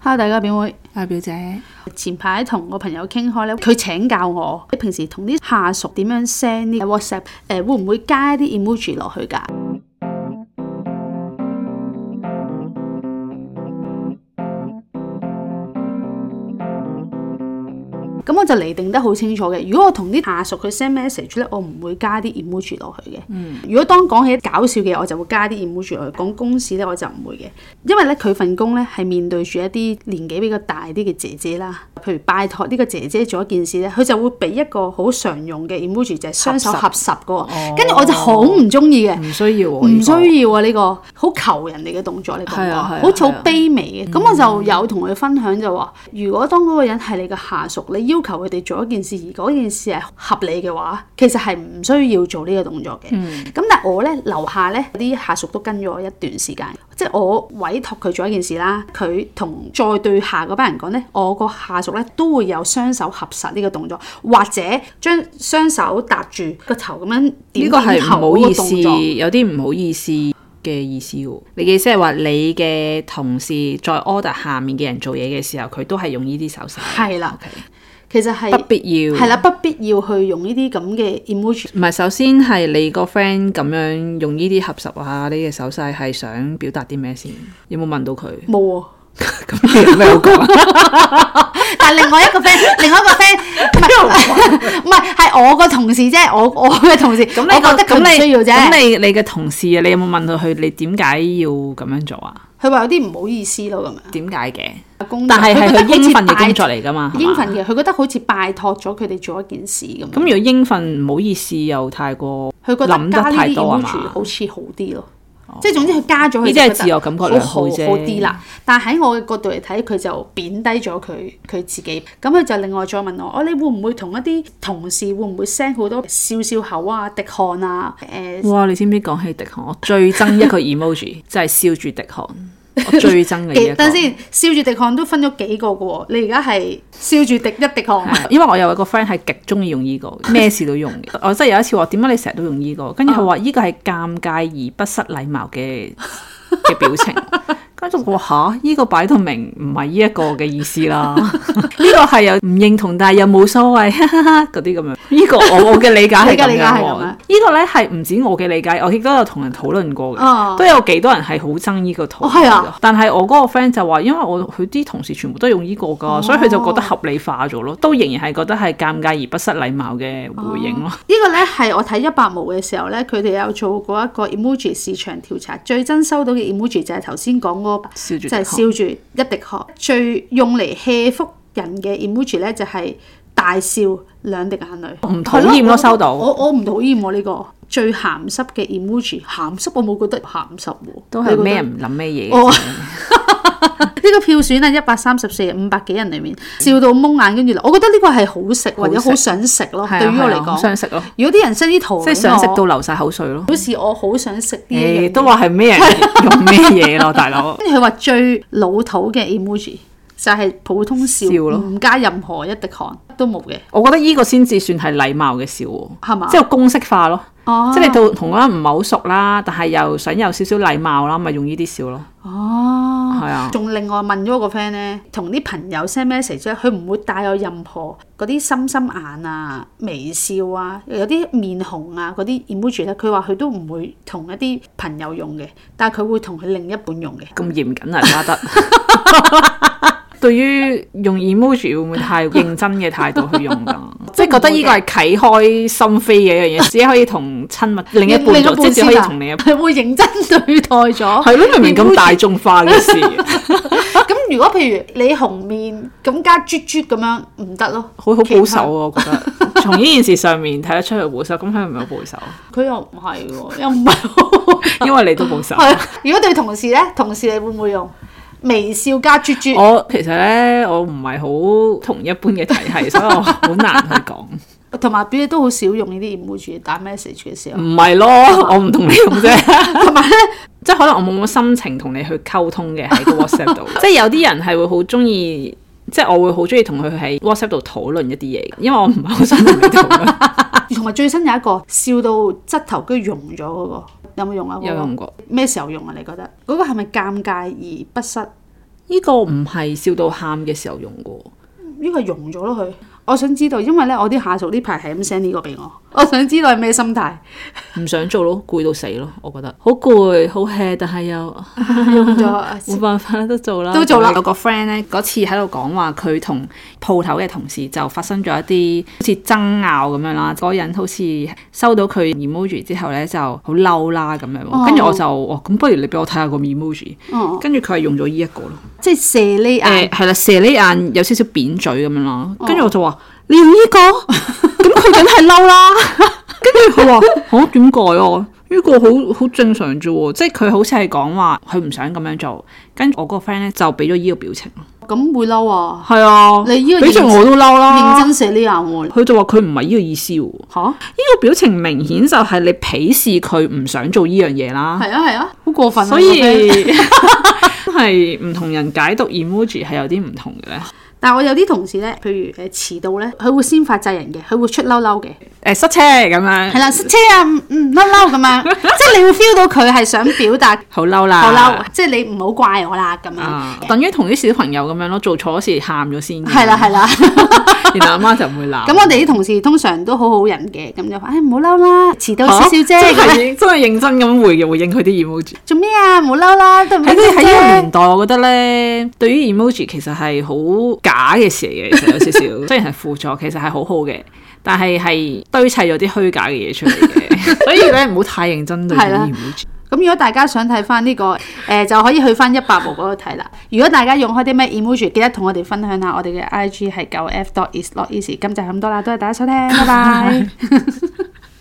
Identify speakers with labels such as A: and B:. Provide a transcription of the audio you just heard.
A: Hello，大家表妹。
B: 啊表姐，
A: 前排同個朋友傾開咧，佢請教我，你平時同啲下屬點樣 send 啲呃 WhatsApp？誒、會唔會加一啲 emoji 落去㗎？咁我就釐定得好清楚嘅。如果我同啲下屬佢 send message 咧，我唔會加啲 emoji 落去嘅。如果當講起搞笑嘅，我就會加啲 emoji 落去；講公事咧，我就唔會嘅。因為咧佢份工咧係面對住一啲年紀比較大啲嘅姐姐啦，譬如拜託呢個姐姐做一件事咧，佢就會俾一個好常用嘅 emoji 就係雙手合十哦嗰個，跟住我就好唔中意嘅。
B: 唔需要喎，
A: 唔
B: 呢個
A: 需要啊！呢、個好求人哋嘅動作，你講
B: 係
A: 過，
B: 啊係啊
A: 好似好
B: 係啊
A: 卑微嘅。咁、我就有同佢分享就話，如果當嗰個人係你嘅下屬，你要求佢哋做一件事，而嗰件事係合理嘅話，其實係唔需要做呢個動作嘅。咁、
B: 嗯
A: 但係我咧樓下咧啲下屬都跟咗我一段時間，即係我委託佢做一件事啦，佢同再對下嗰班人講咧，我個下屬咧都會有雙手合實呢個動作，或者將雙手搭住個頭咁樣
B: 呢
A: 點
B: 個
A: 點
B: 係
A: 頭
B: 唔好
A: 嗰
B: 意
A: 個
B: 思，
A: 動作。
B: 有啲唔好意思嘅意思喎。你嘅意思係話你嘅同事在 order 下面嘅人做嘢嘅時候，佢都係用呢啲手勢，
A: 係啦其實
B: 不
A: 係
B: 必要。
A: 係啦，不必要去用呢啲咁嘅 emoji。
B: 唔係，首先係你個 friend 咁樣用呢啲合十啊，呢嘅手勢係想表達啲咩先？有冇問 到佢？
A: 冇 喎、
B: 咁有咩好 講啊？
A: 但係另外一個 friend，另外一個 friend 唔係唔係係我個同事啫，我我嘅同事，我覺得佢唔需要
B: 咁
A: 啫。
B: 你你嘅同事啊，你有冇問到佢你點解要咁樣做啊？
A: 佢話有啲唔好意思咯咁樣。
B: 點解嘅？
A: 工作
B: 但係
A: 佢
B: 係
A: 覺得好
B: 佢
A: 似
B: 應份嘅
A: 拜
B: 工作嚟㗎嘛？係嘛
A: 應份嘅，佢覺得好似拜託咗佢哋做一件事咁樣。
B: 咁如果應份唔好意思又太過，
A: 佢覺得
B: 諗
A: 加
B: 得
A: 呢
B: 太
A: 啲
B: 多啊
A: emoji
B: 嘛？哦
A: 好似好啲咯。即係總之佢加咗佢，
B: 呢啲係自我感覺良
A: 好
B: 好
A: 好
B: 啫
A: 好啲啦。但喺我嘅角度嚟睇，佢就貶低咗佢佢自己。咁佢就另外再問我：，哦，你會唔會同一啲同事會唔會 send 好多笑笑口啊、滴汗啊、誒、
B: 哇！你知唔知講起滴汗，我最憎一個 emoji 就係笑住滴汗，我最憎嘅呢一
A: 幾
B: 個
A: 等先，笑住滴汗都分咗幾個嘅喎。你而家係笑住滴一滴汗，
B: 係因為我有一個 friend 係極中意用 呢、個，咩事都用嘅。我真係有一次話點解你成日都用呢、個，跟住
A: 哦
B: 佢話呢個係尷尬而不失禮貌嘅嘅 表情。跟住我話吓，呢、個擺到明唔係呢一個嘅意思啦。 呢個係有唔認同，但係又冇所謂嗰啲咁樣。呢、個我 我嘅理解係
A: 你嘅
B: 咁
A: 理解
B: 樣
A: 係
B: 喎。
A: 咁樣
B: 呢個咧係唔止我嘅理解，我亦都有同人討論過嘅，
A: 哦
B: 都有幾多人係好憎呢個圖。
A: 哦係啊
B: 但係我嗰個 friend 就話，因為我佢啲同事全部都用呢個㗎，
A: 哦
B: 所以佢就覺得合理化咗咯，都仍然係覺得係尷尬而不失禮貌嘅回應咯。
A: 呢個咧哦係我睇一百毛嘅時候咧，佢哋有做過一個 emoji 市場調查，最真收到嘅 emoji 就係頭先講嗰個
B: 笑住
A: 就係
B: 地
A: 笑住一滴汗。最用嚟 hea 福人嘅 emoji 咧就係大笑兩滴眼淚。
B: 唔討厭咯，收到
A: 我我唔討厭我呢個最鹹濕嘅 emoji，鹹濕我冇覺得鹹濕喎。
B: 都
A: 你
B: 係
A: 覺得
B: 咩唔諗咩嘢嘅
A: 哦
B: 啫。
A: 呢個票選啊，一百三十四五百幾人裡面，笑到蒙眼，跟住我覺得呢個係好食或者好想食咯。
B: 係啊
A: 對於我嚟
B: 係啊
A: 講，哦
B: 想食咯，
A: 如果啲人 send 啲圖，
B: 即係想食到。流晒口水咯。
A: 好似啊我好想食呢一
B: 誒，
A: 樣嘢
B: 都話係咩人用咩嘢咯，大佬。
A: 跟住佢話最老土嘅 emoji 就係普通笑，
B: 笑咯
A: 唔加任何一滴汗都冇嘅，
B: 我覺得呢個先至算係禮貌嘅笑喎，
A: 係嘛
B: 即係公式化咯。
A: 哦
B: 即係你到同嗰個人唔係好熟啦，但係又想有少少禮貌啦，咪用呢啲笑咯。
A: 哦，
B: 係啊
A: 仲另外問咗我個 friend 咧，同啲朋友 send message 咧，佢唔會帶有任何嗰啲心心眼啊、微笑啊、有啲面紅啊嗰啲 emoji 咧，佢話佢都唔會同一啲朋友用嘅，但係佢會同佢另一半用嘅。
B: 咁嚴謹啊，巴得。對於用 emoji 會唔會 太認真嘅態度去用㗎？ 即係覺得呢個係啟開心扉嘅一樣嘢，只可以同親密另一半做，即係只可以同另一半。
A: 係啊 會認真對待咗。
B: 係咯，明明咁大眾化嘅事，
A: 咁如果譬如你紅面咁加啜啜咁樣唔得咯，
B: 好好保守啊！
A: 啊！
B: 我覺得從呢件事上面睇得出佢保守，咁佢係咪好保 守？
A: 佢又唔係喎，又唔係喎。
B: 因為你都保守。
A: 係啊如果對同事咧，同事你會唔會用微笑加啜啜？
B: 我其實咧，我唔係好同一般嘅體系，所以我好難去講。
A: 同埋表姐都好少用呢啲 emoji 打 message 嘅時候，
B: 唔係咯，我唔 同你用啫。
A: 同埋咧
B: 即係可能我冇乜心情同你去溝通嘅喺 個 WhatsApp 度，即係有啲人係會好中意，即係我會好中意同佢喺 WhatsApp 度討論一啲嘢，因為我唔係好想同你討 論。
A: 同埋最新有一個笑到側頭跟住溶咗嗰個，有冇用啊？嗰個
B: 有用過，
A: 咩時候用啊？你覺得嗰個係咪尷尬而不失
B: 呢個唔係笑到喊嘅時候用嘅喎。
A: 呢個溶咗咯佢。我想知道，因為咧我啲下屬呢排係咁 send 呢個俾我，我想知道係咩心 態。
B: 唔想做咯，攰到死咯，我覺得好攰好 hea，但係又
A: 用咗
B: 冇辦法啦，都做啦，
A: 都做啦
B: 有個 friend 咧嗰次喺度講話，佢同鋪頭嘅同事就發生咗一啲好似爭拗咁樣啦。嗰個人好似收到佢 emoji 之後咧就好嬲啦咁樣
A: 哦
B: 喎，跟住我就哦咁，不如你俾我睇下個 emoji。
A: 哦，
B: 跟住佢係用咗呢一個咯，
A: 即係射呢眼
B: 誒係啦，射呢眼有少少扁嘴咁樣啦。跟住我就話你用呢 個，咁佢梗係嬲啦。 跟住佢話嚇點解啊？呢個好好正常啫喎，即係佢好似係講話佢唔想咁樣做，跟住我嗰個 friend 咧就俾咗呢個表情。
A: 咁會嬲啊！
B: 係啊，
A: 你呢個
B: 俾
A: 認
B: 咗我都嬲啦。
A: 認真射呢眼喎
B: 佢就話佢唔係呢個意思喎，呢、
A: 吓？
B: 個表情明顯就係你鄙視佢唔想做呢樣嘢啦。
A: 係啊係啊，好過分啊！
B: 所
A: 我覺得
B: 以真 係唔同人解讀 emoji 係有啲唔同嘅咧。
A: 但係我有啲同事咧，譬如誒遲到咧，佢會先發制人嘅，佢會出嬲嬲嘅，
B: 誒塞車咁
A: 係
B: 樣，
A: 啦，車啊，嗯嗯嬲嬲咁 樣，即係你會 feel 到佢係想表達
B: 好嬲啦，
A: 我嬲，即係你唔好怪我啦咁樣，
B: 啊！等於同啲小朋友咁樣咯，做錯事喊咗先，
A: 係啦係啦。
B: 嗯然後阿媽就唔會鬧。
A: 咁我哋啲同事通常都好好人嘅，咁就話：，唉，唔好嬲啦，遲到少
B: 嚇
A: 少啫。
B: 真
A: 咁樣
B: 係真係認真咁回回應佢啲 emoji。哎
A: 做咩啊？唔好嬲啦，都唔
B: 喺
A: 緊
B: 呢
A: 要
B: 喺呢個
A: 啫。
B: 年代，我覺得咧，對於 emoji 其實係好假嘅事嚟嘅，其實有少 少。雖然係輔助，其實係好好嘅，但係係堆砌咗啲虛假嘅嘢出嚟 嘅。所以咧，唔好太認真對
A: 係啦
B: 啲 emoji。
A: 咁如果大家想睇翻呢個，誒、呃就可以去翻一百部嗰度睇啦。如果大家用開啲咩 emoji，記得同我哋分享下。我哋嘅 I G 係九 F dot is not easy。今集咁多啦，多謝大家收聽，拜拜。